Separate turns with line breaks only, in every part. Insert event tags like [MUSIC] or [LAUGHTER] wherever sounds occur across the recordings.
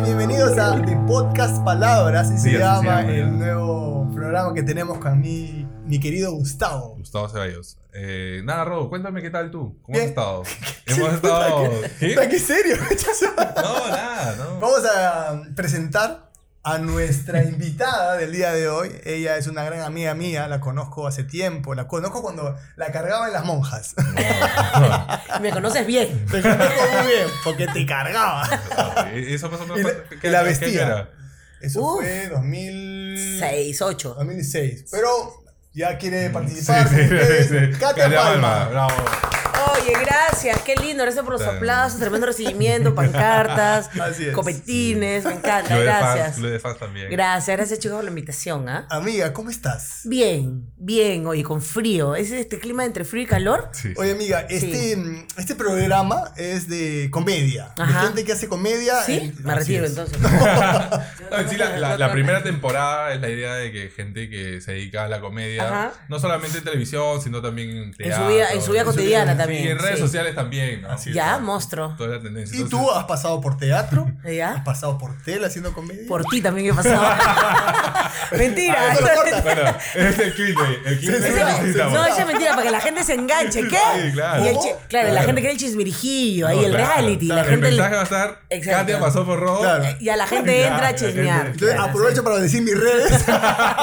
maravillosa de Podcast Palabras y se
Sí, así se
llama
llama, ya.
el nuevo programa que tenemos con mi, mi querido Gustavo.
Gustavo Ceballos. Eh, nada, Rodo, cuéntame qué tal tú. ¿Cómo
Bien. [LAUGHS]
has estado? Hemos estado. ¿Qué?
¿Está que serio? [LAUGHS]
No, nada, no.
Vamos a presentar a
[LAUGHS]
nuestra invitada del día de hoy. Ella es una gran amiga mía, la conozco hace tiempo, la conozco cuando la cargaba en las monjas.
Me conoces bien.
Te conozco muy bien, porque te cargaba.
Y Eso pasó
Y la-
¿qué-
y
qué-
la
qué
vestía.
era?
Eso
Uf.
fue 2000...
6, 8.
2006. Pero ya quiere
Sí,
participar.
Mm, sí, sí, sí.
Katia
Katia Palma,
Palma.
bravo.
Oye, gracias. Qué lindo. Gracias por los
Claro.
aplausos. Tremendo recibimiento.
[LAUGHS]
Pancartas.
Así es.
Copetines. Me encanta.
Club de fans,
Gracias.
Club de fans también.
Gracias. Gracias, chicos, por la invitación. ¿ah?
Amiga, ¿cómo estás?
Bien, bien. Oye, con frío. ¿Es este clima entre frío y calor?
Sí.
Oye, amiga, este, mm, este programa es de comedia. De
Ajá.
gente que hace comedia.
Sí.
eh,
Me
así
retiro
es. [LAUGHS]
entonces.
No, sí, la, la- la primera temporada es la idea de que gente que se dedica a la comedia,
Ajá.
no solamente en televisión, sino también en
En
teatro.
su vida, en su vida cotidiana también.
Y en redes
sí.
sociales también. ¿no?
[LAUGHS] Ya, monstruo.
Toda la tendencia.
Y tú
Entonces,
has pasado por teatro, has
¿Ya?
pasado por tele haciendo comedia.
Por ti también
[LAUGHS]
he pasado.
Ah,
mentira.
eso lo
[LAUGHS]
cortas.
Bueno, es el clickbait. El clickbait
Ese
que
me-
necesitamos.
no, esa es mentira, para que la gente se enganche. ¿Qué?
Sí, claro.
Y el chi-
¿Cómo?
claro, la
Claro.
gente cree el chismirijillo, ahí
No,
el
claro,
reality.
claro,
la gente
el mensaje va a estar.
Exacto.
Katia pasó por rojo.
Claro.
Y a la gente
Ya,
entra a
la gente-
chismear.
Entonces,
claro,
aprovecho para decir mis
[LAUGHS]
redes.
sí.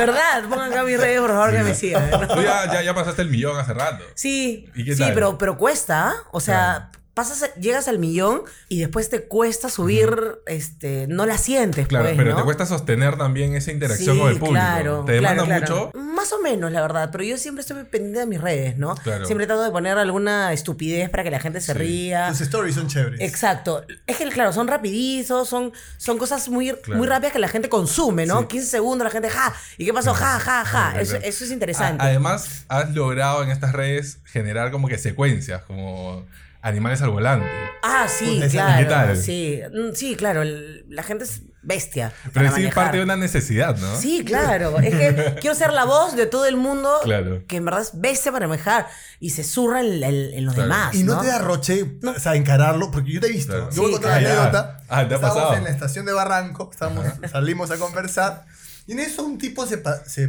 ¿Verdad? Pongan acá mis redes, por favor, que me sigan.
[LAUGHS] Tú ya, ya, ya pasaste el millón hace rato.
Sí,
¿Y qué
sí,
tal?
pero, pero cuesta. ¿ah? O sea, pasas, a- llegas al millón y después te cuesta subir, este, no la sientes.
Claro,
pues,
pero
¿no?
te cuesta sostener también esa interacción
Sí,
con el público.
Claro,
te demanda
claro, claro.
mucho.
Más o menos, la verdad, pero yo siempre estoy pendiente de mis redes, ¿no?
Claro.
Siempre trato de poner alguna estupidez para que la gente se
Sí.
ría.
Tus stories son chéveres.
Exacto. Es que, claro, son rapidizos, son, son cosas muy,
Claro.
muy rápidas que la gente consume, ¿no? 15 segundos, la gente, ja, ¿y qué pasó? Ja, ja, ja.
Claro,
Eso,
claro.
eso es interesante.
A- además, has logrado en estas redes generar como que secuencias, como animales al volante.
Ah, sí,
Puta, esa-
claro.
¿Qué tal?
Sí, Mm, sí, claro. el- la gente es bestia.
Pero
para
es sí
manejar.
parte de una necesidad, ¿no?
Sí, claro.
[LAUGHS]
Es que quiero ser la voz de todo el mundo
Claro.
que en verdad es bestia para manejar y se zurra en, en- en los
Claro.
demás.
Y no, te da roche o sea, encararlo, porque yo te he visto.
Claro.
Yo voy a
Sí,
contar una
claro.
anécdota.
Ah, te ha
Estábamos
pasado.
en la estación de Barranco, estábamos- salimos a conversar. Y en eso un tipo se, pa- se, se
[LAUGHS]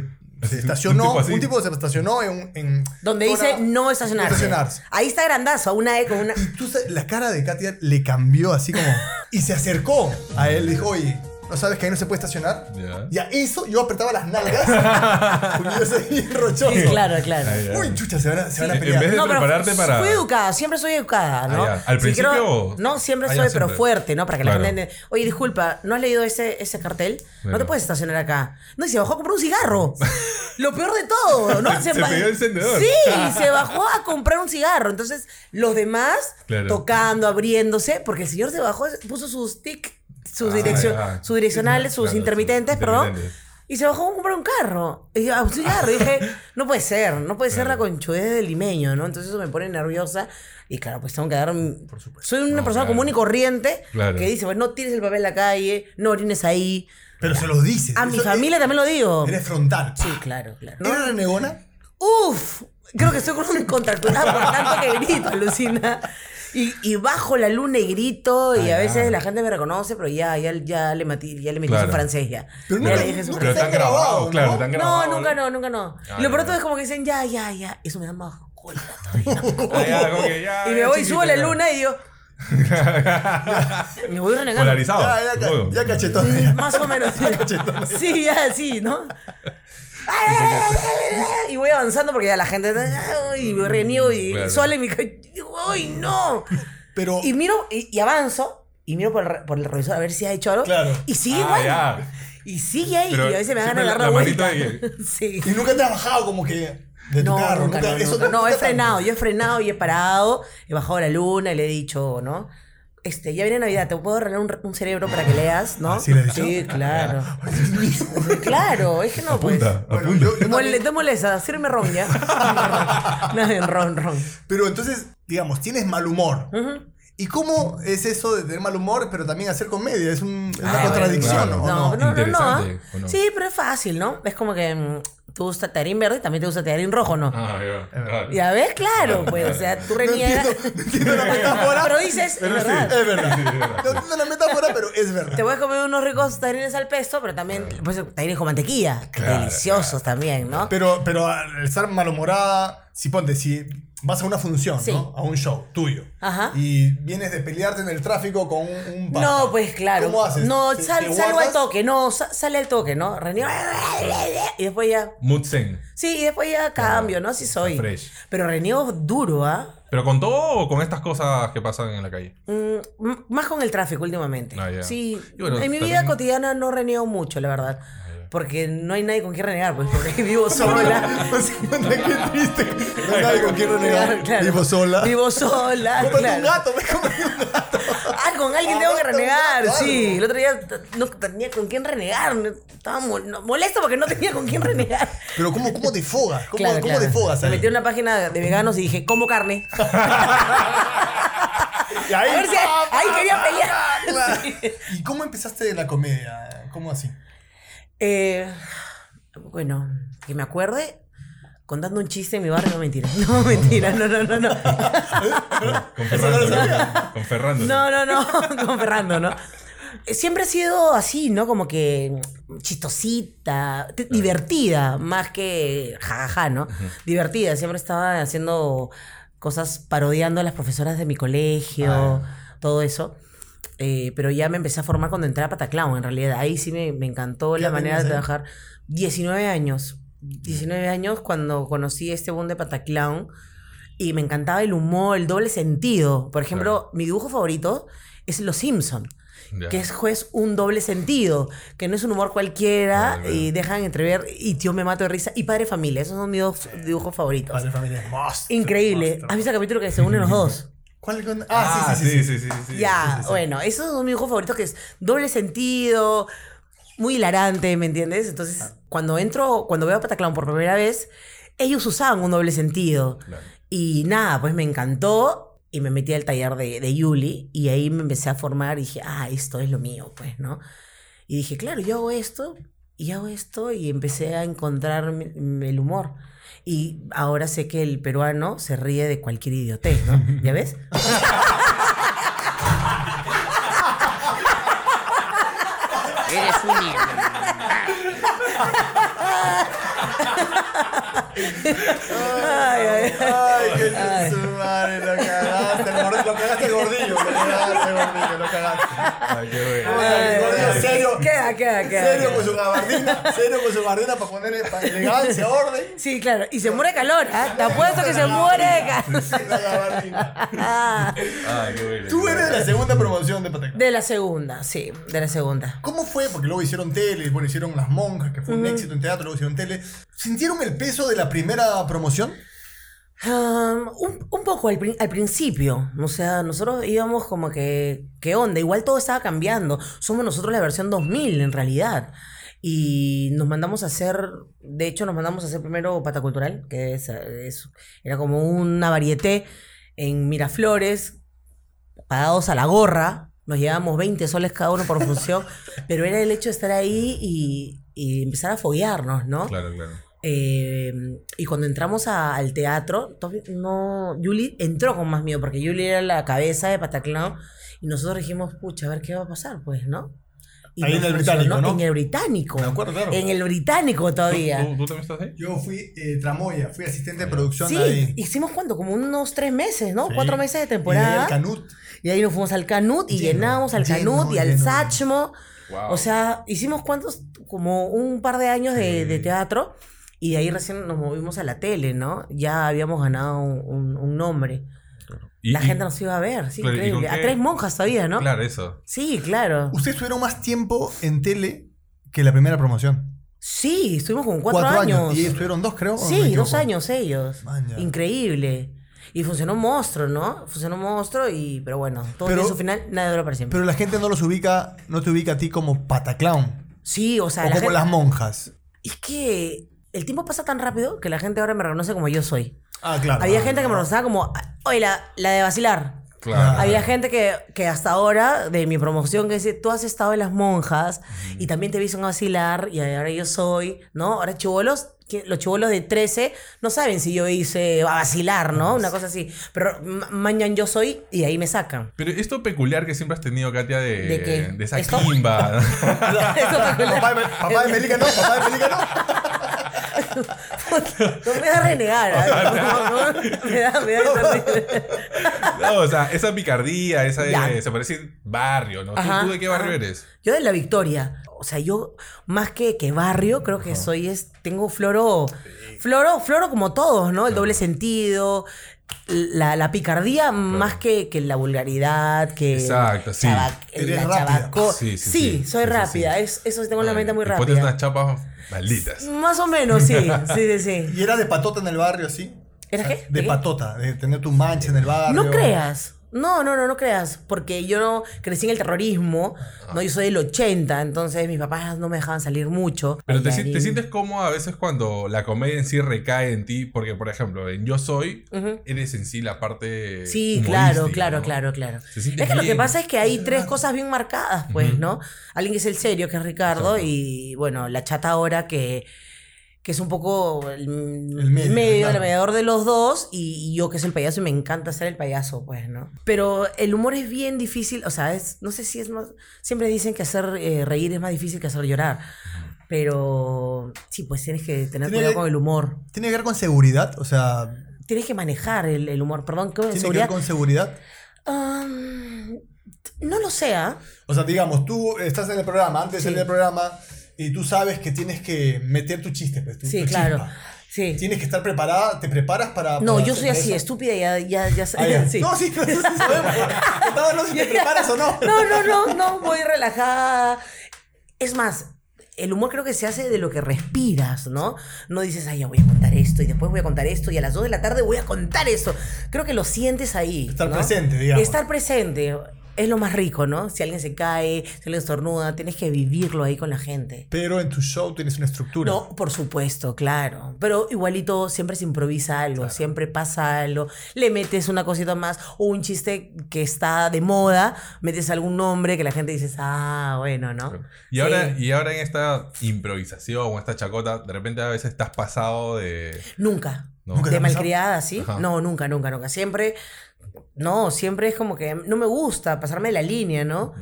Un
estacionó.
tipo
Un
así.
tipo, se estacionó en. en
Donde
zona-
dice no estacionarse.
estacionarse.
Ahí está grandazo, una E
[LAUGHS]
con una.
Y tú sabes, la cara de Katia le cambió así como. Y se acercó a él. Dijo, oye, ¿no sabes que ahí no se puede estacionar?
Ya.
Y a eso yo apretaba las
[LAUGHS]
nalgas. porque yo soy bien rochoso.
Sí, claro, claro.
Ahí, ahí.
Uy, chucha, se van a, se van a
En
pelear.
vez de
No, pero
prepararte para-
Fui educada, siempre soy educada, ¿no?
Ah, ya. ¿Al principio o-
no, siempre
Ah,
soy,
ya,
pero
siempre.
fuerte, ¿no? Para que
Claro.
la gente. entienda, Oye, disculpa, ¿no has leído ese, ese cartel? No te
Claro.
puedes estacionar acá. No, y se bajó a comprar
[LAUGHS]
un cigarro. Lo peor de todo, ¿no?
Se
ba-
pidió encendedor. [LAUGHS]
Sí, se bajó a comprar un cigarro. Entonces, los demás
Claro.
tocando, abriéndose, porque el señor se bajó, puso sus tic, sus,
Ah,
direccio-
ya.
sus direccionales, sus
Claro, sus
intermitentes, perdón.
intermitentes.
Y se bajó a comprar un carro. Y yo, a un cigarro. Y
[LAUGHS]
dije, no puede ser, no puede ser la conchudez del limeño, ¿no? Entonces eso me pone nerviosa. Y claro, pues tengo que dar. un- Soy una
No,
persona
claro.
común y corriente
Claro.
que dice, pues no tires el papel en la calle, no orines ahí.
Pero se los dices.
A mi
Eso- eh,
familia también lo digo.
Eres frontal.
Sí, claro, claro. ¿no?
¿Eres renegona?
Uf, creo que estoy con un contracturada por tanto que grito, alucina. Y, y bajo la luna y grito, y
Ah,
a veces
ya.
la gente me reconoce, pero ya, ya, ya le metí, ya le metí
Claro.
su francés ya.
Pero
Ya
nunca-
le dije su
nunca
Pero
francés.
están
Está grabado,
grabados,
¿no?
claro, están
No,
grabados.
nunca no, nunca no.
Ah,
y lo
ya,
pronto
ya.
es como que dicen, ya, ya, ya. Eso me da más cola
[LAUGHS]
todavía.
Ah, ya, como que ya,
y me
ya,
voy y
chiquito,
subo a la
ya.
luna
[LAUGHS]
y yo. me voy renegando.
Polarizado.
Ya, ya, ca-
Supongo.
ya cachetón. ya.
Más o menos.
[LAUGHS]
sí, ya, sí, ¿no? y voy avanzando porque ya la gente. Y me reniego y
Mm, Claro.
sale mi. ca- y digo, ¡Ay, no!
Pero.
Y miro y, y avanzo. Y miro por el, re- por el revisor a ver si ha hecho algo.
Claro.
Y sigue
Ah,
igual.
ya.
Y sigue ahí.
Pero
y a veces me van a
siempre
dar la,
la manito
vuelta.
ahí.
[LAUGHS] sí.
Y nunca te has bajado como que de tu
No,
carro.
nunca, no,
eso
nunca. No, he
nunca te-
frenado, yo he frenado y he parado, he bajado a la luna y le he dicho, ¿no? Este, ya viene Navidad, te puedo regalar un, un cerebro para que leas, ¿no?
¿Ah, sí le he dicho?
Sí, claro. claro, es que no, pues.
Apunta,
Bueno,
apunta.
yo- yo
Mole,
también-
te molesta, sírveme ron ya. no, ron, ron.
pero entonces, digamos, tienes mal humor. ¿Y cómo es eso de tener mal humor, pero también hacer comedia? Es, un- es una
Ah,
contradicción,
bueno,
¿o
No,
no?
no, no, no,
Interesante,
¿ah?
¿o no?
Sí, pero es fácil, ¿no? Es como que mm, te gusta Tarín verde, también te gusta Tarín rojo, ¿no?
Ah, ya.
verdad.
claro.
Ya ves, claro, pues, o sea, tú
No
reniegas.
entiendo, no [LAUGHS] entiendo la metáfora.
Pero dices,
Pero
es
sí.
verdad.
Es verdad.
Sí, es verdad,
No entiendo la metáfora, pero es
Te
verdad.
voy a comer unos ricos tallarines al pesto, pero también pues, tallarines con mantequilla.
Claro,
Deliciosos también, ¿no?
Pero, pero al estar malhumorada, si ponte, si vas a una función,
Sí.
¿no? A un show tuyo.
Ajá.
Y vienes de pelearte en el tráfico con un, un pata.
No, pues claro.
¿Cómo haces?
No,
¿Te-
sal-
te
salgo al
guardas? [LAUGHS]
toque, no, sa- sale al toque, ¿no? Reniego. Y después ya.
Mood Zen.
Sí, y después ya cambio, ¿no? Así soy.
fresh.
Pero reniego duro, ¿ah?
¿Pero con todo o con estas cosas que pasan en la calle?
Mm, m- más con el tráfico últimamente.
Ah, ya.
Sí.
Y bueno,
en mi
también-
vida cotidiana no reniego mucho, la verdad.
Ah,
Porque no hay nadie con quien renegar, pues,
[LAUGHS]
porque [LAUGHS] vivo sola.
Qué triste.
[LAUGHS]
No hay nadie con quien renegar.
Claro.
Vivo sola.
Vivo sola.
Cómprate
Ah, claro.
un gato, me compré un gato.
Ah, con alguien tengo que
Aguanta un
renegar.
gato,
Sí,
algo.
el otro día t- no tenía con quién renegar. no- Estaba mol- no- molesto porque no tenía con quién renegar.
Pero ¿cómo, cómo te fogas? ¿Cómo,
Claro,
cómo
claro.
te fogas
Me
ahí?
metí en una página de veganos y dije,
[LAUGHS]
como carne.
Y ahí- ¡Ah,
A ver si ahí quería pelear. [LAUGHS]
Claro. ¿Y cómo empezaste en la comedia? ¿Cómo así?
Eh, bueno, que me acuerde contando un chiste en mi barrio. No, mentira. [LAUGHS] No, mentira. No, no, no, no.
no
Con
lo
Ferrando.
sabía.
con Ferrando.
No, no, no, [LAUGHS] con Fernando, ¿no? Siempre ha sido así, ¿no? Como que chistosita, t- divertida, más que jajaja, ¿no? Divertida, siempre estaba haciendo cosas parodiando a las profesoras de mi colegio, todo eso. Eh, pero ya me empecé a formar cuando entré a Pataclown, en realidad. Ahí sí me, me encantó
¿Qué
la
edad
manera de
tenías
trabajar. 19 años. 19 años cuando conocí este boom de Pataclown. Y me encantaba el humor, el doble sentido. Por ejemplo, mi dibujo favorito es Los Simpson,
Ya.
que es juez un doble sentido, que no es un humor cualquiera
Claro.
y dejan entrever y tío me mato de risa y Padre Familia, esos son mis dos dibujos favoritos.
Padre familia. Monstruo,
Increíble.
monstruo.
¿Has visto el capítulo que se
[LAUGHS]
unen los dos?
¿Cuál? cuál? Ah,
Ah,
sí, sí, sí. sí.
sí, sí, sí,
ya,
sí, sí, sí.
bueno, esos son mis dibujos favoritos que es doble sentido, muy hilarante, ¿me entiendes? Entonces,
Ah.
cuando entro, cuando veo a Pataclown por primera vez, ellos usaban un doble sentido.
Claro.
Y nada, pues me encantó y me metí al taller de, de Yuli y ahí me empecé a formar y dije, ah, esto es lo mío, pues, ¿no? Y dije, claro, yo hago esto y hago esto y empecé a encontrar mi- mi- el humor. Y ahora sé que el peruano se ríe de cualquier idiotez, ¿no? ¿Ya ves?
Eres un mierda.
Ay, ay, ay.
Ay, qué
Ay.
su madre, lo cagaste, el gord- lo cagaste el gordillo, lo cagaste el gordillo, lo cagaste.
Ah, qué bueno.
Ay, gordillo, serio,
Queda, queda, queda.
serio Pues, con su gabardina, serio con su gabardina para ponerle para elegancia, orden.
Sí, claro. Y se muere de calor, ¿ah? Te apuesto
[LAUGHS]
que se muere de calor.
La gabardina.
Ah,
Ah, qué bueno.
Tú eres de la segunda promoción de Pataclown.
[LAUGHS] de la segunda, sí, de la segunda.
¿Cómo fue? Porque luego hicieron tele, bueno, hicieron Las Monjas, que fue un éxito en teatro, luego hicieron tele. ¿Sintieron el peso de la primera promoción?
Um, un, un poco al, prin- al principio, o sea, nosotros íbamos como que, ¿qué onda? Igual todo estaba cambiando. Somos nosotros la versión 2000 en realidad. Y nos mandamos a hacer, de hecho nos mandamos a hacer primero Patacultural, que es, es- era como una varieté en Miraflores, pagados a la gorra. Nos llevábamos 20 soles cada uno por función, pero era el hecho de estar ahí y, y empezar a foguearnos, ¿no?
Claro, claro.
Eh, y cuando entramos a- al teatro, to- no, Julie entró con más miedo porque Julie era la cabeza de Pataclown y nosotros dijimos, pucha, a ver qué va a pasar, pues, ¿no? Y
Ahí
nos
en el británico, ¿no?
En el británico.
Me acuerdo, claro.
En el británico
¿Tú,
todavía.
tú, tú también estás ahí?
Yo fui eh, tramoya, fui asistente de producción
Sí,
ahí.
hicimos cuánto, como unos tres meses, ¿no?
Sí.
Cuatro meses de
Y de
temporada.
ahí al Canut.
Y ahí nos fuimos al Canut y
Lleno,
llenábamos al
lleno,
Canut y al
lleno.
Sachmo.
Wow.
O sea, hicimos cuántos, como un par de años de,
Sí.
de teatro y de ahí recién nos movimos a la tele, ¿no? Ya habíamos ganado un, un- un nombre.
Y-
la
y-
gente nos iba a ver, sí,
Claro, ¿y
increíble.
con
A
qué?
tres monjas todavía, ¿no?
Claro, eso.
Sí, claro.
Ustedes tuvieron más tiempo en tele que la primera promoción.
Sí, estuvimos con cuatro, años.
Y estuvieron dos, creo. ¿o me
Sí, dos
equivoco?
años ellos.
Maña.
Increíble. Y funcionó monstruo, ¿no? Funcionó monstruo y, pero bueno, todo
Pero-
tiene su final, nada dura para siempre.
Pero la gente no los ubica, no te ubica a ti como pataclown.
sí, o sea,
o
la
como
gente-
las monjas.
es que el tiempo pasa tan rápido que la gente ahora me reconoce como yo soy.
Ah, claro.
Había gente
[LAUGHS]
que me rozaba como, oye, la, la de vacilar.
Claro.
Había gente que, que hasta ahora, de mi promoción, que dice, tú has estado en las monjas y también te vieron vacilar y ahora yo soy, ¿no? Ahora chivolos, que los chivolos de 13 no saben si yo hice a vacilar, ¿no? Una cosa así. Pero ma- mañana yo soy y de ahí me sacan.
Pero esto peculiar que siempre has tenido, Katia, de,
¿De qué?
de esa
¿Esto?
quimba. [LAUGHS]
[LAUGHS]
Papá de, papá de Melica no, papá de Melica no.
No me da renegar. ¿ah? No, no, no, me da, me da.
No, o sea, esa picardía, esa de,
Ya.
se parece decir barrio, ¿no? ¿Tú-
Ajá,
¿Tú, de qué barrio
ajá.
eres?
Yo de la Victoria. O sea, yo más que, que barrio, creo que soy es, tengo floro, floro, floro como todos, ¿no? El doble sentido, la, la picardía más que, que la vulgaridad, que el
Exacto, sí.
Eres
la
rápida.
chabaco-
Sí,
Sí,
sí, sí,
soy
sí, sí,
rápida.
sí.
Es, eso sí, tengo la mente muy
Y pues Pones unas
rápida.
chapas malditas.
Más o
[LAUGHS]
menos, sí. Sí, sí, sí.
¿Y era de patota en el barrio, sí?
¿Era
O sea,
qué?
De
¿De qué?
patota, de tener tu mancha en el barrio.
No creas. No, no, no, no creas. Porque yo no crecí en el terrorismo. No, yo soy del 80, entonces mis papás no me dejaban salir mucho.
Pero te, si-
Bailarín.
te sientes cómodo a veces cuando la comedia en sí recae en ti, porque, por ejemplo, en Yo Soy,
Eh,
Ujú.
eres en sí la parte.
Sí, claro,
humorística,
claro,
¿no?
claro, claro.
Se
Es que
siente
lo que
bien.
pasa es que hay tres cosas bien marcadas, pues, ¿no? Alguien que es el serio, que es Ricardo, y bueno, la chata ahora que, que es un poco el, el medio,
medio, claro.
el mediador de los dos, y, y yo que soy el payaso y me encanta ser el payaso, pues, ¿no? Pero el humor es bien difícil, o sea, es, no sé si es más... Siempre dicen que hacer eh, reír es más difícil que hacer llorar, pero sí, pues tienes que tener
Tiene-
cuidado con el humor.
¿Tiene que ver con seguridad? O sea,
Tienes que manejar el, el humor, perdón, ¿qué
¿tiene
seguridad?
que ver con seguridad?
Um, t- no lo sé, ¿ah?
O sea, digamos, tú estás en el programa, antes de
Sí.
salir del programa, y tú sabes que tienes que meter tu chiste, pues, tu,
Sí,
tu
claro.
chispa.
Sí.
Tienes que estar preparada, te preparas para...
No,
para
yo
hacer
soy así,
eso.
estúpida, ya, ya, ya sé-
Ah, ya.
[LAUGHS] sí.
No, sí, no, sí, sabemos. Estaba no si
[LAUGHS]
te preparas o no.
No, no, no, no, voy relajada. Es más, el humor creo que se hace de lo que respiras, ¿no? No dices, ay, ya voy a contar esto y después voy a contar esto y a las 2 de la tarde voy a contar esto. Creo que lo sientes ahí.
Estar
¿no?
presente, digamos.
Estar presente es lo más rico, ¿no? Si alguien se cae, si alguien estornuda, tienes que vivirlo ahí con la gente.
Pero en tu show tienes una estructura.
No, por supuesto, claro. Pero igualito siempre se improvisa algo, siempre pasa algo. Le metes una cosita más o un chiste que está de moda, metes algún nombre que la gente dice, ah, bueno, ¿no?
Y ahora,
Sí.
y ahora en esta improvisación o esta chacota, de repente a veces estás pasado de.
Nunca.
¿no?
Nunca.
De
te ha pasado?
malcriada, ¿sí?
Ajá.
No, nunca, nunca, nunca. Siempre, no, siempre es como que no me gusta pasarme la línea, ¿no?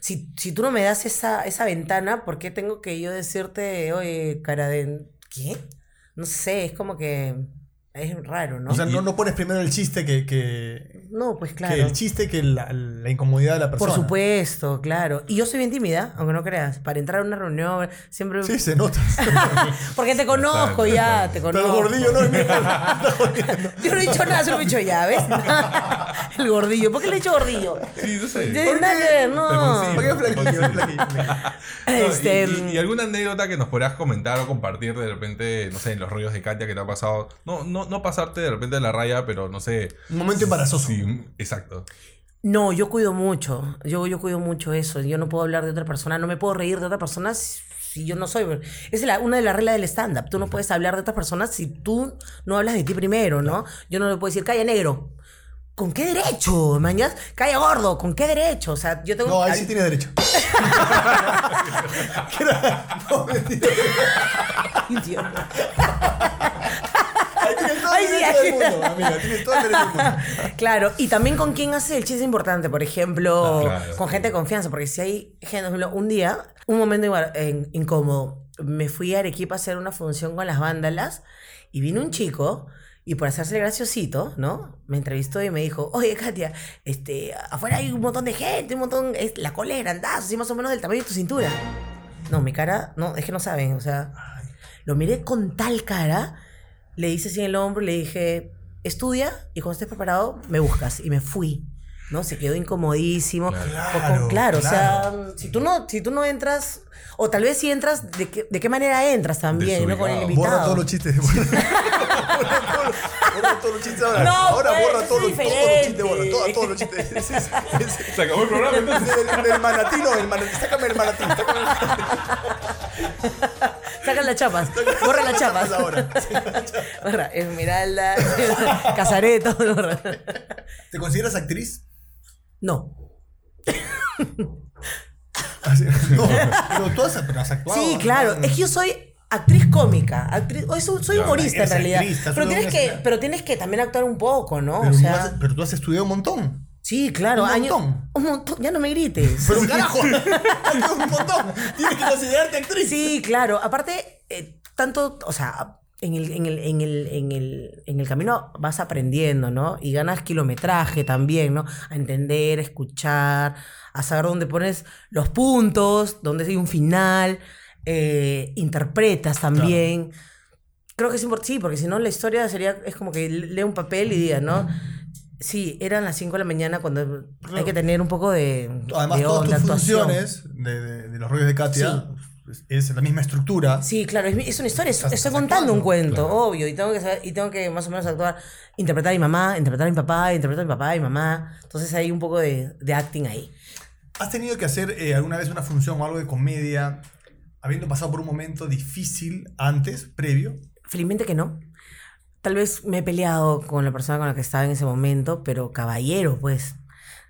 Si, si tú no me das esa, esa ventana, ¿por qué tengo que yo decirte, oye, cara de... ¿Qué? No sé, es como que... Es raro, ¿no?
O sea, no, no pones primero el chiste que, que,
No, pues
que
claro.
el chiste que la, la incomodidad de la
Por
persona.
supuesto, claro. Y yo soy bien tímida, aunque no creas. Para entrar a una reunión siempre...
Sí, se
[LAUGHS]
nota.
Porque te conozco
Bastante,
ya,
bastante.
te
Pero el
conozco.
gordillo no es mierda.
Yo no he dicho nada, solo he dicho ya, ¿ves? [LAUGHS] El gordillo. ¿Por qué le he dicho gordillo?
Sí, no sé.
Ya, nada que ver,
Te
no.
¿Para qué
consigo, te
flaquillo?
consigo.
flaquillo?
[LAUGHS] No, y-
Este,
y, y alguna anécdota que nos podrás comentar o compartir de repente, no sé, en los rollos de Katia que te ha pasado. No, no, no pasarte de repente de la raya, pero no sé.
Un momento embarazoso.
Sí, exacto.
No, yo cuido mucho. Yo, yo cuido mucho eso. Yo no puedo hablar de otra persona, no me puedo reír de otra persona si, si yo no soy. Esa es la- una de las reglas del stand-up. Tú no puedes hablar de otra persona si tú no hablas de ti primero, ¿no? Yo no le puedo decir, calla negro. ¿Con qué derecho, mañas? Calla gordo, ¿con qué derecho? O sea, yo tengo
No, ahí
al-
sí tienes
[LAUGHS]
derecho. ¿Qué era? No, mentira.
Ay, Dios.
Ahí tienes todo
Ay,
el
sí,
derecho
ahí.
del mundo, amiga. Tienes todo el derecho del mundo.
[LAUGHS] Claro, y también con quién hace el chiste importante, por ejemplo,
Ah, claro.
con gente de confianza, porque si hay gente, por ejemplo, un día, un momento igual, en- incómodo, me fui a Arequipa a hacer una función con las vándalas y vino un chico y por hacerse el graciosito, ¿no? Me entrevistó y me dijo, oye Katia, este, afuera hay un montón de gente, un montón, es la colera, andás, así más o menos del tamaño de tu cintura. No, mi cara, no, es que no saben, o sea, lo miré con tal cara, le hice así en el hombro, le dije, estudia y cuando estés preparado me buscas. Y me fui, ¿no? Se quedó incomodísimo.
Claro.
O
Claro,
con- claro, o sea, si tú, no, si tú no entras, o tal vez si entras, ¿de qué, de qué manera entras también? ¿no? Con el
Desubicado.
invitado.
Borra todos los chistes. Borra, borra todos- borra todos los chistes ahora.
No,
ahora
pues,
borra
eso
todos,
es
los- todos los chistes.
diferente.
Borra todos, todos los
[LAUGHS]
chistes. Es- es- es-
Se acabó el programa entonces.
Del, del manatí, no, el manatí. Sácame el manatí. Sácame el
Sacan las chapas, borra las chapas.
ahora.
Borra Esmeralda, [LAUGHS] Casareto, borra.
¿Te consideras actriz?
No.
[LAUGHS]
Así- No, pero tú has, pero has actuado.
Sí, claro. Es que yo soy actriz cómica. Actriz, o eso- soy
Ya,
humorista en
eres
realidad.
actriz, estás
pero,
en un
tienes que,
escenario.
pero tienes que también actuar un poco, ¿no?
Pero,
o
tú
sea,
has, pero tú has estudiado un montón.
sí, claro.
un
año-
montón.
un montón. Ya no me grites.
Pero
[LAUGHS]
carajo, has estudiado un montón. Tienes que considerarte actriz.
Sí, claro. Aparte, eh, tanto, o sea, en el, en, el, en, el, en, el, en el camino vas aprendiendo, ¿no? Y ganas kilometraje también, ¿no? A entender, a escuchar, a saber dónde pones los puntos, dónde hay un final, eh, interpretas también. Creo que es importante, sí, porque si no la historia sería, es como que lee un papel y diga, ¿no? Sí, eran las 5 de la mañana cuando hay que tener un poco de.
Además,
de
todas
onda,
tus
actuación.
funciones de, de- de los rollos de Katia pues, es, es la misma estructura.
Sí, claro, es, mi- es una historia, es-
Estás-
estoy
estás
contando un
actuando,
cuento, obvio, y tengo, que saber- y tengo que más o menos actuar, interpretar a mi mamá, interpretar a mi papá, interpretar a mi papá y mamá, entonces hay un poco de, de acting ahí.
¿Has tenido que hacer eh, alguna vez una función o algo de comedia habiendo pasado por un momento difícil antes, previo?
Felizmente que no. Tal vez me he peleado con la persona con la que estaba en ese momento, pero caballero, pues,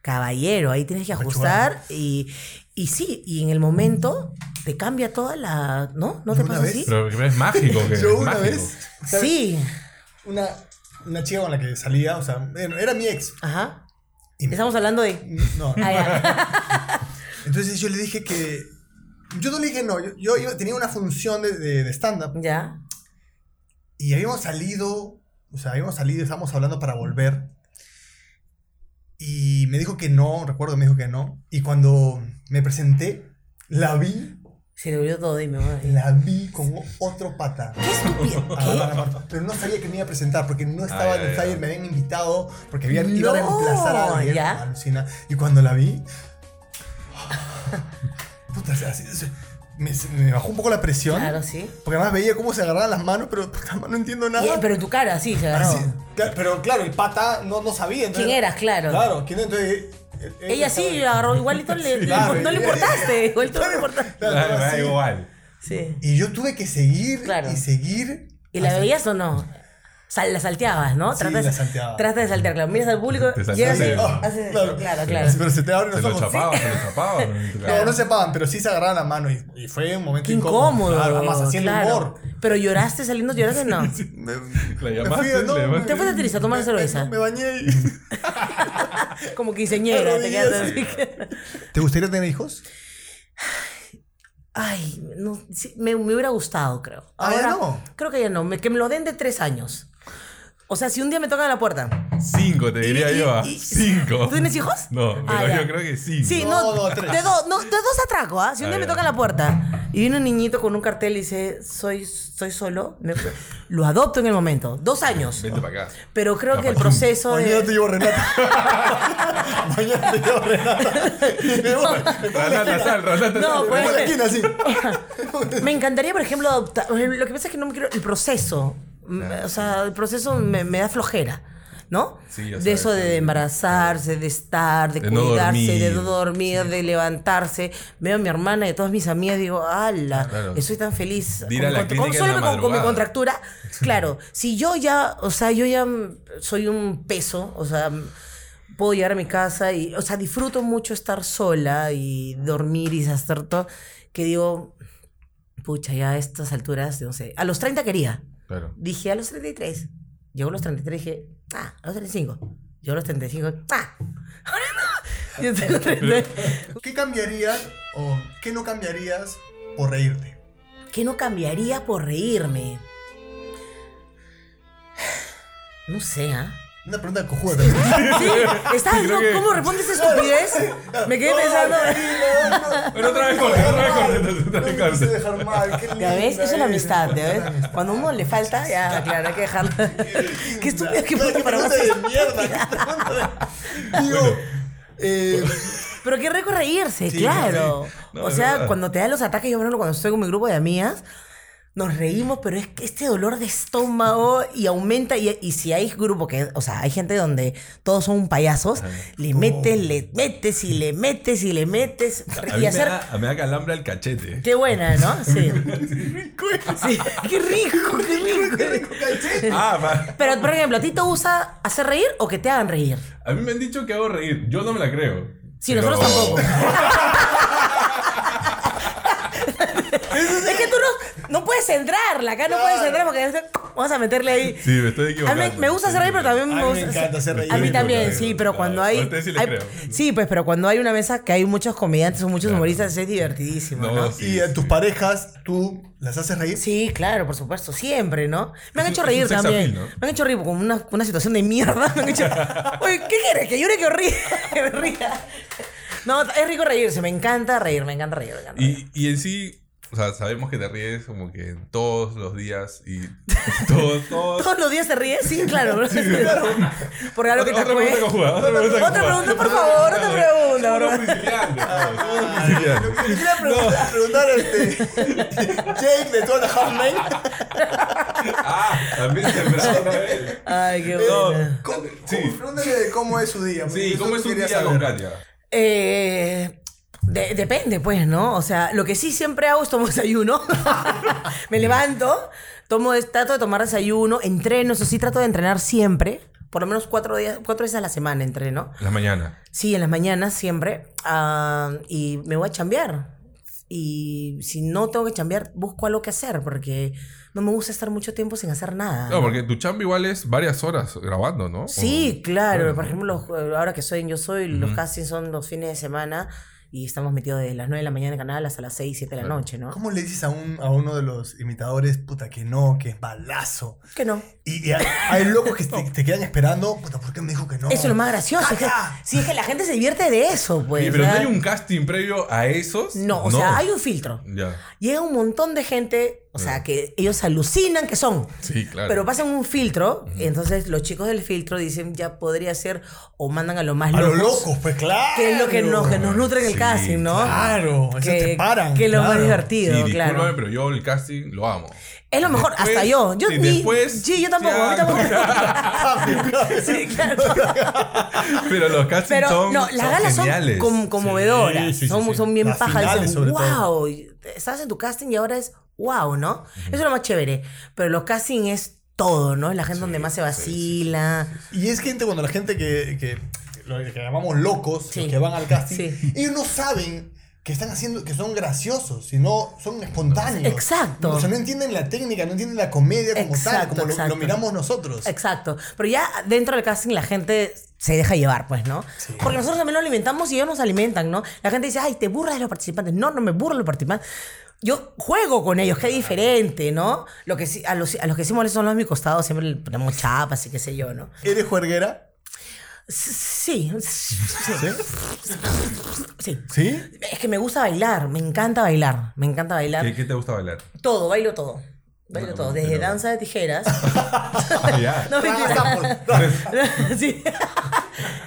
caballero, ahí tienes que ajustar y, y sí, y en el momento te cambia toda la... ¿No? ¿No te
¿Alguna
pasa
vez?
así?
[LAUGHS] Pero es mágico.
[LAUGHS]
Yo
Que es
una
mágico.
vez, ¿sabes?
Sí,
Una, una chica con la que salía, o sea, bueno, era mi ex.
ajá.
Y me-
Estamos
[LAUGHS]
hablando de...
No.
Ah, ya.
Entonces yo le dije que... Yo no le dije no, yo, yo iba- tenía una función de, de- de stand-up
ya.
y habíamos salido, o sea, habíamos salido, estábamos hablando para volver. Y me dijo que no, recuerdo, me dijo que no. Y cuando me presenté, la vi
Se le olvidó todo, dime, mamá.
La vi con otro pata. [LAUGHS]
¡Qué estúpido!
Ah,
¿Qué?
para Marta. Pero no sabía que me iba a presentar porque no estaba
Ay,
en el
ay,
flyer,
ay.
me habían invitado porque habían, iba a
No,
reemplazar a alguien.
¿ya?
Alucina. Y cuando la vi. Puta, o sea, así- así- me, me bajó un poco la presión.
Claro, sí.
Porque además veía cómo se agarraban las manos, pero puta, no entiendo nada.
Y- pero en tu cara, sí, se agarró.
Así- claro, pero claro, el pata no, no sabía.
¿Quién eras? Claro.
Ah, Claro, ¿quién entonces? él- él
Ella sí la
estaba- [LAUGHS]
agarró, igualito le, le-
Claro,
no le
ella- [LAUGHS]
importaste, igualito no le
Claro,
importaste.
claro,
Claro, me da
así.
igual.
Sí.
Y yo tuve que seguir
Claro.
y seguir.
¿Y la
hasta-
veías o no? Sal- la salteabas, ¿no?
Sí,
Trata de-
la salteaba.
Trata de saltear, claro. Miras al público,
Te
llegas
salteas
y
el-
Ah,
haces claro, claro.
Sí, Pero se te abren
Se
los
lo
ojos.
chapaba, se lo chapaba.
[LAUGHS]
en tu cara.
No, no se pagan, pero sí se agarraban la mano y, y fue un momento
Qué incómodo.
Claro, además haciendo
claro.
humor.
Pero lloraste saliendo, lloraste
[LAUGHS] Me,
no.
La
me
llamaste,
fui,
la llamaste.
Te fuiste triste a tomar
me-
cerveza.
Me, bañé y...
Como quinceñera, te quedas así.
Arrodillas. ¿Te gustaría tener hijos?
Ay, no, sí, me, me hubiera gustado, creo.
Ah, ya no.
Creo que ya no. me- que me lo den de tres años. O sea, si un día me tocan la puerta.
Cinco, te diría
Y- y-
yo. ah.
y-
cinco.
¿Tú tienes hijos?
No,
Ah,
pero
ya.
yo creo que cinco.
Sí, no,
No, no, tres.
De, dos- no, de dos atraco, ¿ah? Si un
Ah,
día me
ya.
toca la puerta y viene un niñito con un cartel y dice, soy, soy solo, me- lo adopto en el momento. Dos años.
Vente para
[LAUGHS]
acá.
Pero creo que el
Capaz.
proceso
Mañana te
de...
llevo a Renata. Mañana te llevo a Renata. Y me voy.
Ratata, sal, ratata,
No,
sal.
Me voy a la
Puede
esquina así.
[LAUGHS]
Me encantaría, por ejemplo, adoptar... Lo que pasa es que no me quiero... El proceso. m- O sea, el proceso me, me da flojera. ¿No?
Sí, ya
de
sabes,
eso de
sí.
embarazarse, de estar, de,
De no
cuidarse, de no
dormir.
dormir, de levantarse. Veo a mi hermana y a todas mis amigas y digo, ¡ala!
Claro.
Estoy tan feliz.
De ir a la
con- con-
clínica en
solo
la
con- con mi
madrugada.
contractura. altura,
[LAUGHS]
claro, si yo ya, o sea, yo ya mm, soy un peso, o sea, mm, puedo llegar a mi casa y, o sea, disfruto mucho estar sola y dormir y hacer todo, que digo, pucha, ya a estas alturas, no sé, a los 30 quería,
Claro.
dije a los 33, llegó a los 33 dije, ah, a los 35, yo a los 35, ah, ahora no, [LAUGHS] yo tengo 33.
¿Qué cambiarías o qué no cambiarías por reírte?
¿Qué no cambiaría por reírme? No sé, ¿ah?
Una pregunta cojuda también.
Sí, estaba
Sí, creo
no,
que-
¿Cómo respondes esa estupidez? Me quedé pensando.
Bueno, otra vez corte, otra vez corte, otra vez
No me quise
corte.
dejar mal, qué linda
¿Ya ves? Eso es la
eres.
amistad, ¿ya ves? Cuando a uno le falta, ya, claro, hay que dejarlo. [LAUGHS] Qué estúpido que
Claro,
puto
qué
para una
pregunta de mierda. qué [LAUGHS] pregunta de- Digo, eh,
Pero qué rico reírse,
Sí,
claro.
sí. No,
o
es
sea,
verdad.
cuando te dan los ataques, yo, por ejemplo, cuando estoy con mi grupo de amigas, nos reímos, pero es que este dolor de estómago y aumenta. Y, y si hay grupo que, o sea, hay gente donde todos son payasos, le metes, le metes y le metes y le metes.
Oh. A mí
Y
me
hacer.
da, me da calambre al cachete.
Qué buena, ¿no? Sí. Sí, qué rico,
[LAUGHS]
qué rico.
Ah, va.
Pero, por ejemplo, ¿a ti te gusta hacer reír o que te hagan reír?
A mí me han dicho que hago reír. Yo no me la creo.
Sí,
Pero-
nosotros tampoco. Es que tú no, No puedes entrarla, acá no
Claro.
puedes entrar porque vas a meterle ahí.
[LAUGHS] Sí, me estoy
A mí
equivocando.
me- me gusta hacer reír, pero también
A mí
me
me
gusta.
encanta hacer reír.
A mí también,
Claro,
sí, pero cuando
claro.
hay.
A ustedes sí les
hay-
creo.
sí, pues, pero cuando hay una mesa que hay muchos comediantes o muchos
Claro.
humoristas, es divertidísimo, ¿no?
No, sí,
y a
sí.
tus parejas, tú las haces reír.
Sí, claro, por supuesto, siempre, ¿no? Me han
Es
hecho
un-
reír
es un sex
también.
appeal, ¿no?
Me han hecho reír con una, una situación de mierda. [LAUGHS] Me han hecho, oye, ¿qué quieres? Que llore, que os ría, [LAUGHS] que me ría. No, es rico reírse, me encanta reír, me encanta reír, me encanta reír.
Y, y en sí, o sea, sabemos que te ríes como que todos los días y [LAUGHS] todos, todos.
¿Todos los días se ríe? Sí, claro. [LAUGHS] Por algo que te
otra pregunta
acuerdes.
conjugada, otra pregunta
Otra
conjugada.
pregunta, por favor, otra
Somos
pregunta, bro.
principiantes, claro, somos principiantes.
Yo quería preguntar, [LAUGHS] preguntar, este, Jake de toda la Half-Man,
Ah,
[LAUGHS]
también temprano otra vez.
Ay, qué
No.
bueno.
¿cómo-
Sí.
cómo- pregúntale de cómo es su día. porque
Sí,
eso
¿cómo es un
quería
día con
saber.
Katia?
Eh, de- depende, pues, ¿no? O sea, lo que sí siempre hago es tomo desayuno. [LAUGHS] Me levanto, tomo, trato de tomar desayuno, entreno, eso sí, trato de entrenar siempre. Por lo menos cuatro, días, cuatro veces a la semana entreno.
La mañana.
Sí, en las mañanas siempre. Ah, y me voy a chambear. Y si no tengo que chambear, busco algo que hacer, porque no me gusta estar mucho tiempo sin hacer nada.
No, porque tu chamba igual es varias horas grabando, ¿no?
Sí,
O-
claro.
bueno,
Por ejemplo, los- ahora que soy en Yo Soy, los castings son los fines de semana y estamos metidos de las 9 de la mañana en Canal hasta las 6, 7 de la
Claro.
noche, ¿no?
¿Cómo le dices a, un, a uno de los imitadores, puta, que no, que es balazo?
Que no.
Y, y hay, hay locos que te, te quedan esperando, puta, ¿por qué me dijo que no?
Eso es lo más gracioso. es que-
Caca.
sí, es que la gente se divierte de eso, pues.
Oye, pero no
¿verdad?
hay un casting previo a esos.
No, o sea, hay un filtro.
Ya.
Llega un montón de gente, o sea, que ellos alucinan que son.
Sí, claro.
Pero pasan un filtro, entonces los chicos del filtro dicen ya podría ser o mandan a los más
A
locos.
los locos, pues claro.
Que es lo que nos, que nos nutren el
Sí,
casting, ¿no?
Claro, eso
que,
te paran.
que es lo más
claro. [LAUGHS]
Sí,
divertido,
discúlpame,
claro.
pero yo el casting lo amo.
Es lo mejor,
Después-
hasta yo. Yo
sí,
ni-
después-
Sí, yo tampoco, a mí
[LAUGHS]
ya,
tampoco.
Sí,
[LAUGHS]
[LAUGHS]
sí, claro.
Pero los castings
Pero
son,
no, las
son
galas son
geniales.
com- conmovedoras.
Sí, sí, sí,
son,
sí.
son bien
Las
pajas.
finales,
Dicen,
sobre todo.
wow. y Estás en tu casting y ahora es wow, ¿no? Eso es lo más chévere. Pero los castings es todo, ¿no? Es la gente donde más se vacila.
Y es gente, cuando la gente que, que, lo que llamamos locos,
Sí.
los que van al casting,
Sí.
ellos no saben que están haciendo, que son graciosos, sino son espontáneos.
Exacto.
O sea, no entienden la técnica, no entienden la comedia como tal,
Exacto,
como lo- lo,
exacto.
miramos nosotros.
Exacto. Pero ya dentro del casting la gente se deja llevar, pues, ¿no? Porque nosotros también lo alimentamos y ellos nos alimentan, ¿no? La gente dice, ay, te burlas de los participantes. No, no me burlo de los participantes. Yo juego con ellos, qué diferente, ¿no? Lo que sí, a, los, a los que sí molestan son los de mi costado, siempre le ponemos chapas y qué sé yo, ¿no?
¿Eres juerguera?
Sí, sí. sí.
¿Sí?
Es que me gusta bailar, me encanta bailar, me encanta bailar.
¿Qué, qué te gusta bailar?
Todo, bailo todo. Bailo
No,
todo,
pero-
desde danza de tijeras.
Ah, ya.
[LAUGHS] No, mentira.
Ah,
[LAUGHS] Sí.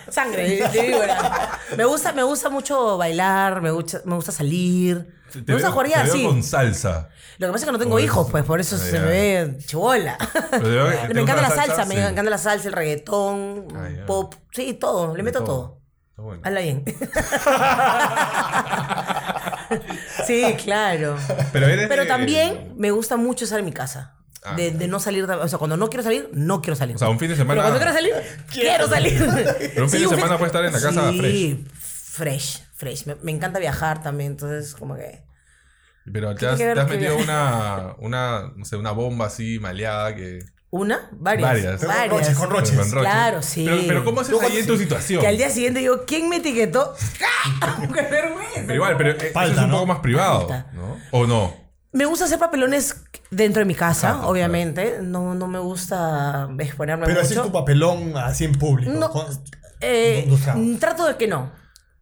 Sangre de- de víbora. Me gusta, me gusta mucho bailar, me gusta, me gusta salir.
Te
me gusta
veo-
jugar ya,
te veo
sí.
con salsa.
[LAUGHS] Lo que pasa es que no tengo
Por
hijos,
eso.
pues por eso
Ah,
se
ya.
me ve chibola.
Pero te veo- ¿te gusta
Me encanta la salsa, me
Sí.
encanta la salsa, el reggaetón,
Ah, ya.
pop, sí, todo, le meto todo.
Está bueno. [LAUGHS]
Habla bien. sí, claro.
Pero, eres
Pero
de-
también me gusta mucho estar en mi casa.
Ah,
de, de no salir, o sea, cuando no quiero salir, no quiero salir.
O sea, un fin de semana-
Pero cuando quiero salir, quiero salir.
Pero un fin de semana puedes estar en la casa
Sí, fresh, fresh. Me, me encanta viajar también, entonces como que...
Pero te
tiene
has,
que ver
te has
que-
metido una, una, no sé, una bomba así maleada que...
¿Una? Varias.
Varias.
Con roches, con roches.
con roche.
Claro, sí.
Pero, pero ¿cómo haces
Luego,
ahí en tu situación?
Que al día siguiente digo, ¿quién me etiquetó? [LAUGHS] ¡Qué vergüenza!
Pero igual, pero eh, eso
Falta,
es un
¿no?
poco más privado,
Falta.
¿no? ¿O no?
Me gusta hacer papelones dentro de mi casa,
Claro,
obviamente. No, no me gusta exponerme
Pero así
mucho.
es tu papelón, así en público.
No.
con-
Eh,
no, o sea,
trato de que no.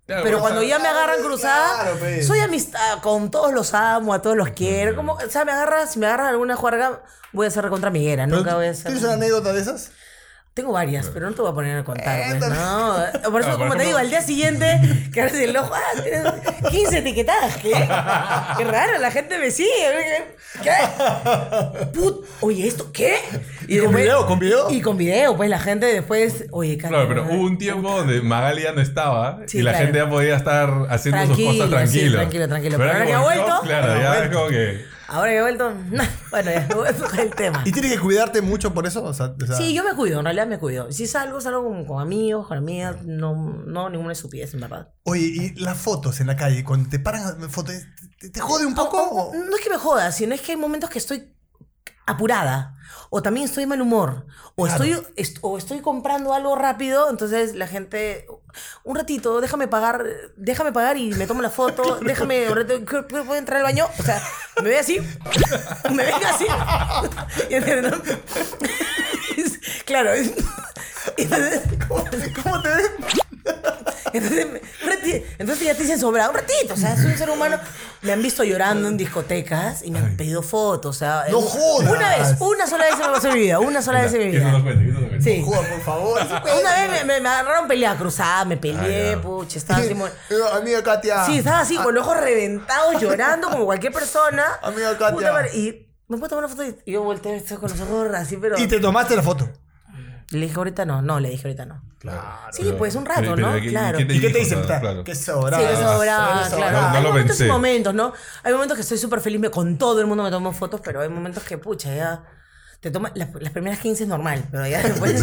Claro,
Pero
o
cuando
sea,
ya me agarran
claro,
cruzada,
pues.
soy amistad con todos los amo, a todos los quiero. Como, o sea, me agarra, si me agarran alguna juerga, voy a ser contra Miguera,
pero
nunca voy a
¿tú
ser.
¿Tienes una anécdota de esas?
Tengo varias, pero no te voy a poner a contar.
Eh,
pues,
también.
no. Por eso,
Ah, por
como
ejemplo-
te digo, al día siguiente, que abres el ojo, ah, tienes 15 etiquetadas, ¿qué? Qué raro, la gente me sigue. ¿Qué? Put, oye, ¿esto qué? Y
con video, con video?
Y, con video, pues la gente después, oye,
Claro, pero
Carlos,
hubo un tiempo donde Magali ya no estaba
Sí,
y la
claro.
gente ya podía estar haciendo sus
Tranquilo,
cosas
sí,
tranquilo.
tranquilo, tranquilo.
Pero
Pero
ahora
ahora
como
que ha
yo,
vuelto-
Claro, ya es como que.
Ahora que he vuelto. [LAUGHS] bueno, ya [LAUGHS] voy a tocar el tema.
¿Y tienes que cuidarte mucho por eso? O sea, o sea,
Sí, yo me cuido, en realidad me cuido. Si salgo, salgo con, con amigos, con amigas, no, no ninguna estupidez, en verdad.
Oye, y las fotos en la calle, cuando te paran fotos, ¿te, te jode un poco?
O- o-
o-
no es que me joda, sino es que hay momentos que estoy apurada. O también estoy de mal humor. O,
Claro.
estoy, est- o estoy comprando algo rápido. Entonces la gente. Un ratito, déjame pagar. Déjame pagar y me tomo
[LAUGHS]
la foto. Déjame. un rato, ¿puedo- ¿Puedo entrar al baño? O sea, me ve así. [LAUGHS] Me ve así. [LAUGHS] Y entonces, ¿no? claro. [LAUGHS] es- [LAUGHS] Entonces,
[LAUGHS]
¿cómo, cómo te ves? Entonces, me- un rati- entonces ya te dicen sobrado un ratito. O sea, soy un ser humano. Me han visto llorando en discotecas y me han pedido fotos. O sea,
¡No
en-
jodas!
Una vez, una sola vez se me pasó en mi vida. Una sola vez en mi
Que eso no
vida.
cuente, que eso no cuente.
Sí.
Joder, por favor.
Una vez me, me- me agarraron pelea cruzada, me peleé,
Ah, ya.
pucha, estaba así. mo-
Digo, Eh, Amiga Katia.
Sí, estaba así, con los ojos reventados, llorando como cualquier persona.
[LAUGHS] Amiga Katia.
Puta madre, Y me puedo tomar una foto y y yo volteé esto con los ojos así, pero.
Y te tomaste la foto.
Le dije ahorita no, no, le dije ahorita no.
Claro.
Sí, pues, un rato,
Pero-
¿no?
pero ¿qué-
Claro.
¿quién
¿Y qué te
dijo?
dicen?
Claro,
Puta,
claro.
Qué sobrada.
Sí, que sobraba,
Eres
claro.
No, no
hay
lo
momentos y
pensé.
momentos, ¿no? Hay momentos que estoy súper feliz, me- con todo el mundo me tomo fotos, pero hay momentos que, pucha, ya. Te toma, las, las primeras 15 es normal,
[LAUGHS]
pero ya después.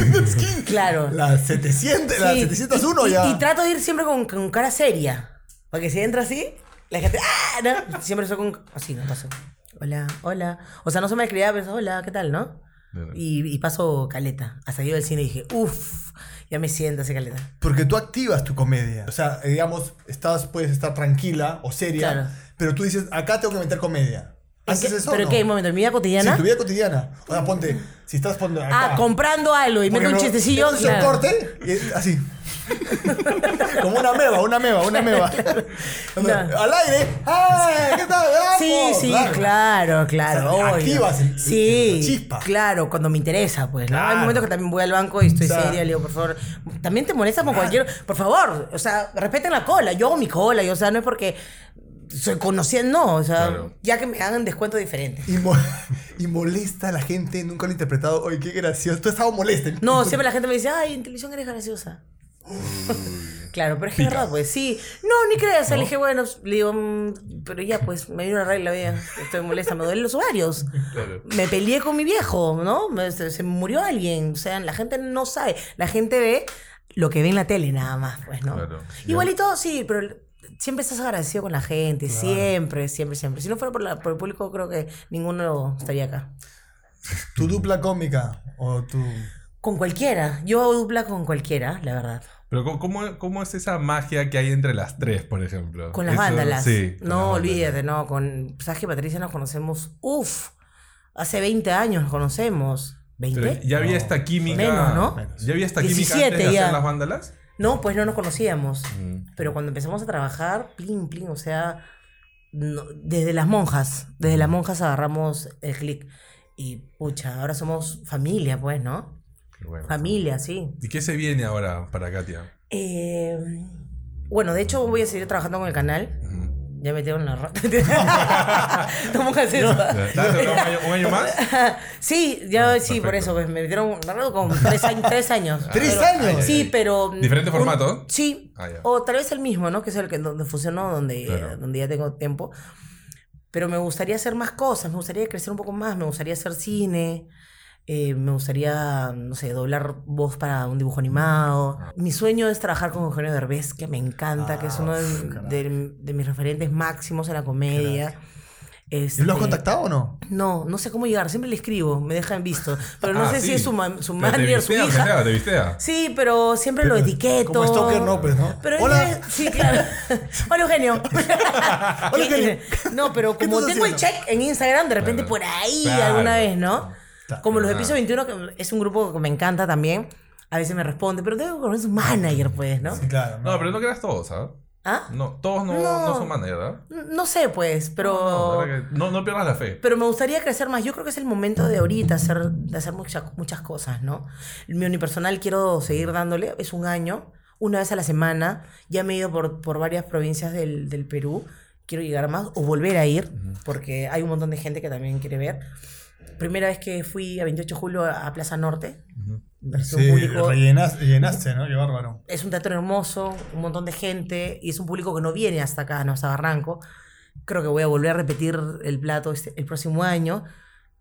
claro.
La 700, la
Sí,
701
y- y-
ya.
Y, trato de ir siempre con, con cara seria. Porque si entra así, la gente. ¡Ah! ¿no? Siempre soy con. Así, no paso. Hola, hola. O sea, no soy malcriada, pero hola, ¿qué tal, no?
Claro.
Y, y paso caleta. Hasta que yo del cine y dije, uff, ya me siento así caleta.
Porque tú activas tu comedia. O sea, eh, digamos, estás, puedes estar tranquila o seria,
Claro.
pero tú dices, acá tengo que meter comedia.
¿En
¿Haces
qué-
eso? o
¿Pero
no?
qué momento? ¿En mi vida cotidiana?
Sí, tu vida cotidiana. O sea, ponte, si estás poniendo acá.
Ah, comprando algo y meto un chistecillo.
Es un
claro.
corte y es
[LAUGHS]
así. Como una meba, una meba, una
[LAUGHS]
meba.
No.
Al aire. ¡Ay! ¿Qué tal? ¡Vamos!
Sí, sí, claro, claro.
Ah, O sea,
obvio.
activas el-
sí,
el- la chispa.
Claro, cuando me interesa, pues, ¿no? Hay
Claro.
momentos que también voy al banco y estoy
O sea-
seria, le digo, por favor, también te molesta con cualquier. Por favor, o sea, respeten la cola. Yo hago mi cola, y, o sea, no es porque soy conocida, no, o sea,
Claro.
ya que me hagan descuento diferente.
Y, mo- [LAUGHS] y molesta a la gente, nunca lo he interpretado. Oye, qué gracioso. Tú has estado molesta.
No, siempre la gente me dice, ay, en televisión eres graciosa. [LAUGHS] claro, pero es que es verdad, pues sí. No, ni creas. Le dije, bueno, pues, le digo, "Mm, pero ya, pues me dio una regla, vea. Estoy molesta, me duelen los ovarios.
Claro.
Me peleé con mi viejo, ¿no? Me- se, se murió alguien. O sea, la gente no sabe. La gente ve lo que ve en la tele nada más, pues, ¿no?
Claro.
Igualito, sí, pero siempre estás agradecido con la gente. Siempre, siempre, siempre. Si no fuera por, la- por el público, creo que ninguno estaría acá.
Tu dupla cómica o tu.
Con cualquiera. Yo hago dupla con cualquiera, la verdad.
Pero ¿cómo- ¿cómo, ¿cómo es esa magia que hay entre las tres, por ejemplo?
Con las
Eso-
vándalas.
Sí. con las
no,
vándalas.
olvídate, no. Con Sasha y Patricia nos conocemos. Uf, hace 20 años nos conocemos.
Pero
¿20?
ya había esta química.
Menos, ¿no?
Menos.
¿Ya había esta
17
química antes de
ya.
hacer las vándalas?
No, pues no nos conocíamos.
Mm.
Pero cuando empezamos a trabajar, plin, plin, o sea, no- desde las monjas, desde
Mm.
las monjas agarramos el clic. Y pucha, ahora somos familia, pues, ¿no?
Qué bueno.
Familia, sí.
¿Y qué se viene ahora para Katia?
Eh, bueno, de hecho voy a seguir trabajando con el canal.
Ujú.
Ya me tengo en la [LAUGHS] rata. Estamos haciendo.
¿Estás acá un año, un año más?
Sí, ya
Ah,
sí, por
perfecto.
eso, pues me metieron un largo con tres años. Tres años.
[LAUGHS] ¿Tres
Pero-
años?
Sí, pero. mm,
¿Diferente
un-
formato?
sí.
Ah, ya.
O tal vez el mismo, ¿no? Que es el que donde funcionó, donde,
Claro.
donde ya tengo tiempo. Pero me gustaría hacer más cosas, me gustaría crecer un poco más, me gustaría hacer cine, eh, me gustaría, no sé, doblar voz para un dibujo animado.
Ah.
Mi sueño es trabajar con Eugenio Derbez, que me encanta, que es
Ah,
uno
uf,
de,
carajo.
de- de mis referentes máximos en la comedia.
¿Y ¿Lo has
Este,
contactado o no?
no, no sé cómo llegar. Siempre le escribo, me dejan visto. Pero no
Ah,
sé
sí.
si es su, ma- su
Pero
manager, su
Te vistea, aunque
hija.
sea, te vistea.
Sí, pero siempre lo etiqueto.
Como stalker, no, pues, ¿no?
Pero
Hola.
ella- sí, claro. Hola, Eugenio.
[LAUGHS] Hola,
[LAUGHS]
Eugenio.
No, pero
¿Qué
como
estás
tengo el
haciendo?
check en Instagram, de repente
Claro.
por ahí
Claro.
alguna vez, ¿no?
Claro.
Como los de
Ah.
Piso 21, que es un grupo que me encanta también. A veces me responde, pero tengo que conocer su manager, pues, ¿no?
Sí, claro.
No, pero no creas todos, ¿ah?
¿Ah?
No, todos no,
No.
no son manager, ¿verdad?
No sé, pues, pero.
No, la verdad que no, no pierdas la fe.
Pero me gustaría crecer más. Yo creo que es el momento de ahorita hacer, de hacer mucha- muchas cosas, ¿no? Mi unipersonal quiero seguir dándole. Es un año, una vez a la semana. Ya me he ido por, por varias provincias del, del Perú. Quiero llegar más o volver a ir, porque hay un montón de gente que también quiere ver. Primera vez que fui a 28 de julio a a Plaza Norte. Me pareció
Sí,
un público
rellenas- llenaste, ¿no? Qué bárbaro.
es un teatro hermoso, un montón de gente, y es un público que no viene hasta acá, no hasta Barranco. creo que voy a volver a repetir el plato este- el próximo año.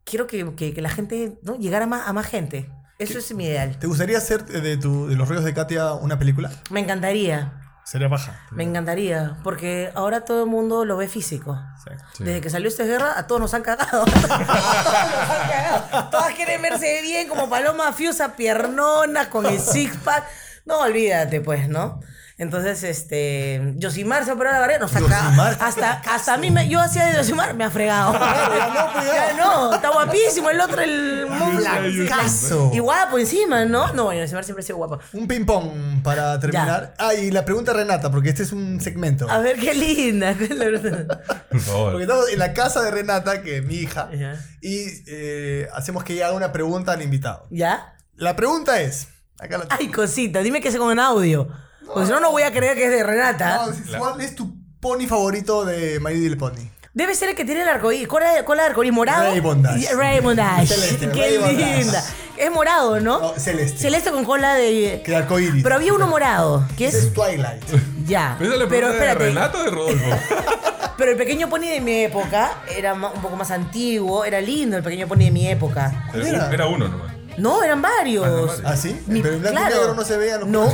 Quiero que, que- que la gente, ¿no? Llegara más, a más gente. Eso es mi ideal.
¿Te gustaría hacer de, tu, de los ríos de Katia una película?
Me encantaría,
Sería baja.
me encantaría, porque ahora todo el mundo lo ve físico.
Sí.
Sí.
Desde que salió esta guerra, a todos nos han cagado. [LAUGHS] A todos nos han cagado. Todas quieren verse bien, como paloma fiusa, piernonas, con el six-pack. No, olvídate, pues, ¿no? Entonces, este. Yosimar se operó la barrera, nos ha
Yosimar.
cagado. Hasta, hasta a mí, me, yo hacía de Yosimar, me ha
[LAUGHS]
fregado.
no, pues, ya.
Ya no, está guapísimo el otro, el
Blancazo.
Blancazo. Y guapo encima, ¿no? No, bueno, Yosimar siempre ha sido guapo.
Un ping-pong para terminar. Ah, y la pregunta Renata, porque este es un segmento.
A ver, qué linda. [LAUGHS] la verdad.
Por favor.
Porque estamos en la casa de Renata, que es mi hija,
Ya.
y eh, hacemos que ella haga una pregunta al invitado.
¿Ya?
La pregunta es. Acá la
Ay, cosita, dime que es con audio. Porque si no, no voy a creer que es de Renata.
No, es- ¿Cuál es tu pony favorito de My Little Pony?
Debe ser el que tiene el arcoíris. ¿Cuál es cuál es el arcoíris? ¿Morado?
Rainbow Dash.
Y- Rainbow Dash.
Celeste,
Qué
Rainbow Dash.
linda. Es morado, ¿no?
No, celeste.
Celeste con cola de...
Que de arcoíris.
Pero había uno morado, que
Ese
es...
es Twilight.
Ya.
Pero esa es la pregunta
Pero
de
espérate.
Renato o de Rodolfo. [LAUGHS]
Pero el pequeño pony de mi época era ma- un poco más antiguo. Era lindo el pequeño pony de mi época.
Pero
Mira.
un- Era uno nomás.
No, eran varios.
varios.
¿Ah, sí?
Mi-
Pero en blanco
claro.
y negro no se vean los
No,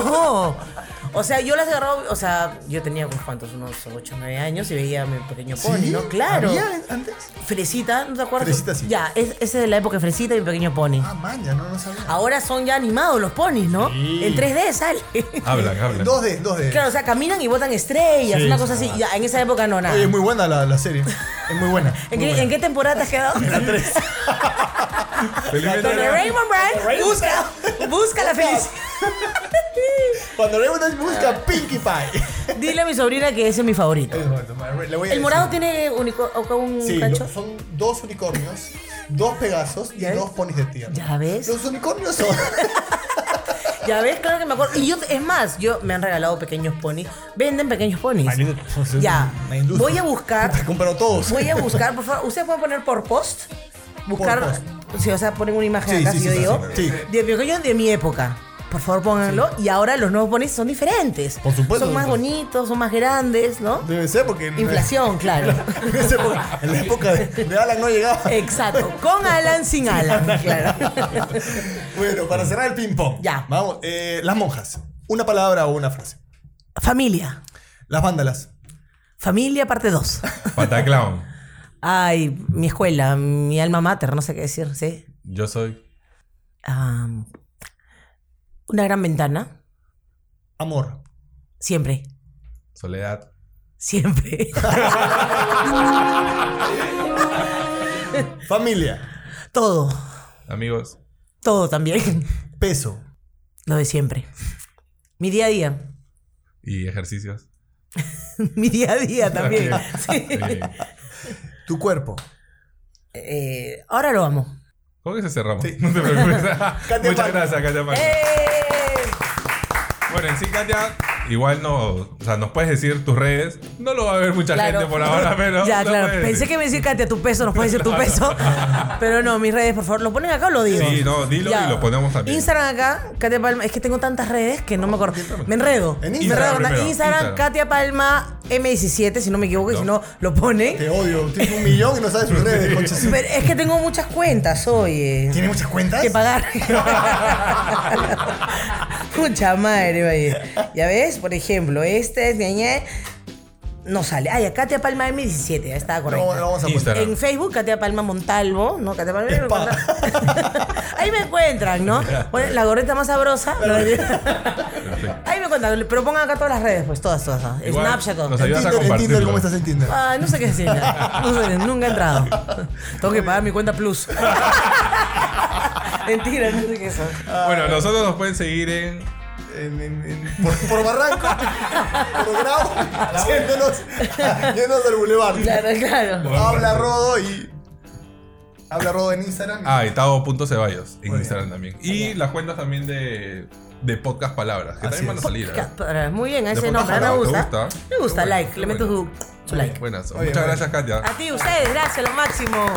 no. O sea, yo las agarraba, o sea, yo tenía unos cuantos, unos 8 o 9 años y veía a mi pequeño pony,
[LAUGHS] ¿Sí?
¿no? Claro.
¿Había antes?
Fresita, ¿no te acuerdas?
Fresita, sí.
Ya, es- ese es de la época de Fresita y mi pequeño pony.
Ah, maña, no, no sabía.
Ahora son ya animados los ponis, ¿no?
Sí.
En
[LAUGHS]
3D sale.
Hablan, hablan.
2D, 2D.
claro, o sea, caminan y botan estrellas,
Sí,
una cosa así. Ya, en esa época no, nada.
Oye, es muy buena la, la serie. Es muy buena.
Ah. [LAUGHS] ¿En, qué, en qué temporada te has quedado? Con el
Felizmente era-
Raymond Brand, busca, busca la felicidad.
Cuando Rainbow Dash busca Pinkie Pie. [LAUGHS]
Dile a mi sobrina que ese es mi favorito.
Es bueno, madre, le voy a
¿El
decir.
morado tiene unico- o- o un
Sí,
cacho?
lo- son dos unicornios, dos pegasos y
¿Ya ves?
dos ponis de tierra.
¿Ya ves?
Los unicornios son.
[LAUGHS]
[LAUGHS]
Ya ves, claro que me acuerdo. Y yo, es más, yo me han regalado pequeños ponis. Venden pequeños ponis. Ya. Voy a buscar.
[LAUGHS] Te compraron todos.
Voy a buscar, por favor. Ustedes pueden poner por post. Buscar.
Por post.
Sí, o sea, ponen una imagen
Sí,
acá,
sí,
si yo
sí, sí,
digo.
sí.
De mi pequeño, de mi época. Por favor, pónganlo. Y ahora los nuevos ponis son diferentes.
Por supuesto.
Son más bonitos, son más grandes, ¿no?
[LAUGHS] Debe ser porque.
Inflación, claro.
[LAUGHS] Debe ser porque en la época de, de Alan no llegaba.
Eh. Exacto. Con Alan, sin Alan, claro.
[LAUGHS] Bueno, para cerrar el ping-pong.
Ya.
Vamos, eh, las monjas. Una palabra o una frase.
Familia.
Las vándalas.
Familia, parte 2.
Pataclown.
Ay, mi escuela, mi alma mater, no sé qué decir, ¿sí?
Yo soy.
Am, una gran ventana.
Amor.
Siempre.
Soledad.
Siempre. [LAUGHS]
Familia.
todo.
Amigos.
Todo también.
Peso.
Lo de siempre. Mi día a día. [LAUGHS]
Y ejercicios.
Mi día a día también.
[LAUGHS]
Sí. [LAUGHS]
Eh,
Tu cuerpo.
Eh, ahora lo amo.
¿Cómo que se cerramos? No te [LAUGHS] preocupes. Muchas
Palma.
gracias, Katia Palma.
¡Eh!
Bueno, en sí, Katia, igual no. O sea, nos puedes decir tus redes. No lo va a ver mucha gente por
[LAUGHS]
ahora, pero.
Ya,
no
claro.
puedes
Pensé
decir.
que me decía Katia tu peso, nos puede decir tu peso. Pero no, mis redes, por favor, ¿lo ponen acá o lo digo?
Sí, no, dilo y lo ponemos también.
Instagram acá, Katia Palma. Es que tengo tantas redes que no me acuerdo. Me enredo.
En
Me
Instagram
enredo con la-
primero,
Instagram,
Instagram.
Katia Palma M17, si no me equivoco, y si no, lo ponen.
Te odio. Tienes un millón y no sabes sus redes, concha.
Pero es que tengo muchas cuentas, oye.
¿Tiene muchas cuentas?
que pagar.
[LAUGHS]
Mucha madre, vaya. Ya ves, por ejemplo, este es ñañé. No sale. Ay, acá Katia Palma M17, ya estaba correcto.
No, no vamos a poner.
Instagram.
En Facebook, Katia Palma Montalvo, ¿no? Katia Palma
Espa.
[LAUGHS] Ahí me encuentran, ¿no? Bueno, la gorrita más sabrosa. ¿no?
Perfecto.
[LAUGHS] Ahí me encuentran, pero pongan acá todas las redes, pues, todas, todas. todas.
Igual,
Snapchat, todo.
nos ayudas a
Tinder, en Tinder,
compartirlo.
¿cómo estás en Tinder?
Ah, no sé qué decir. ya. No sé, nunca
[LAUGHS]
he entrado. Tengo que pagar mi cuenta Plus. Mentira, no sé qué es eso.
Bueno, nosotros nos pueden seguir en.
en- en- en- por, por Barranco, por Grau, yéndonos, [LAUGHS] yéndonos al boulevard.
Claro, claro.
Habla Rodo y. Habla Rodo en Instagram.
Ah, y Tavo.ceballos en
bien.
Instagram también. Y las cuentas también de, de Podcast Palabras, que
Así
también van a
es.
salir. ¿eh?
Ca- Muy bien, a
De
ese
Podcast Palabras,
nombre me
¿te
gusta. Me
Qué
gusta,
bueno,
like.
qué
Le meto
bueno.
su, su like.
Buenas.
Oye, bueno.
Muchas gracias, Katia.
A ti, ustedes, gracias, lo máximo.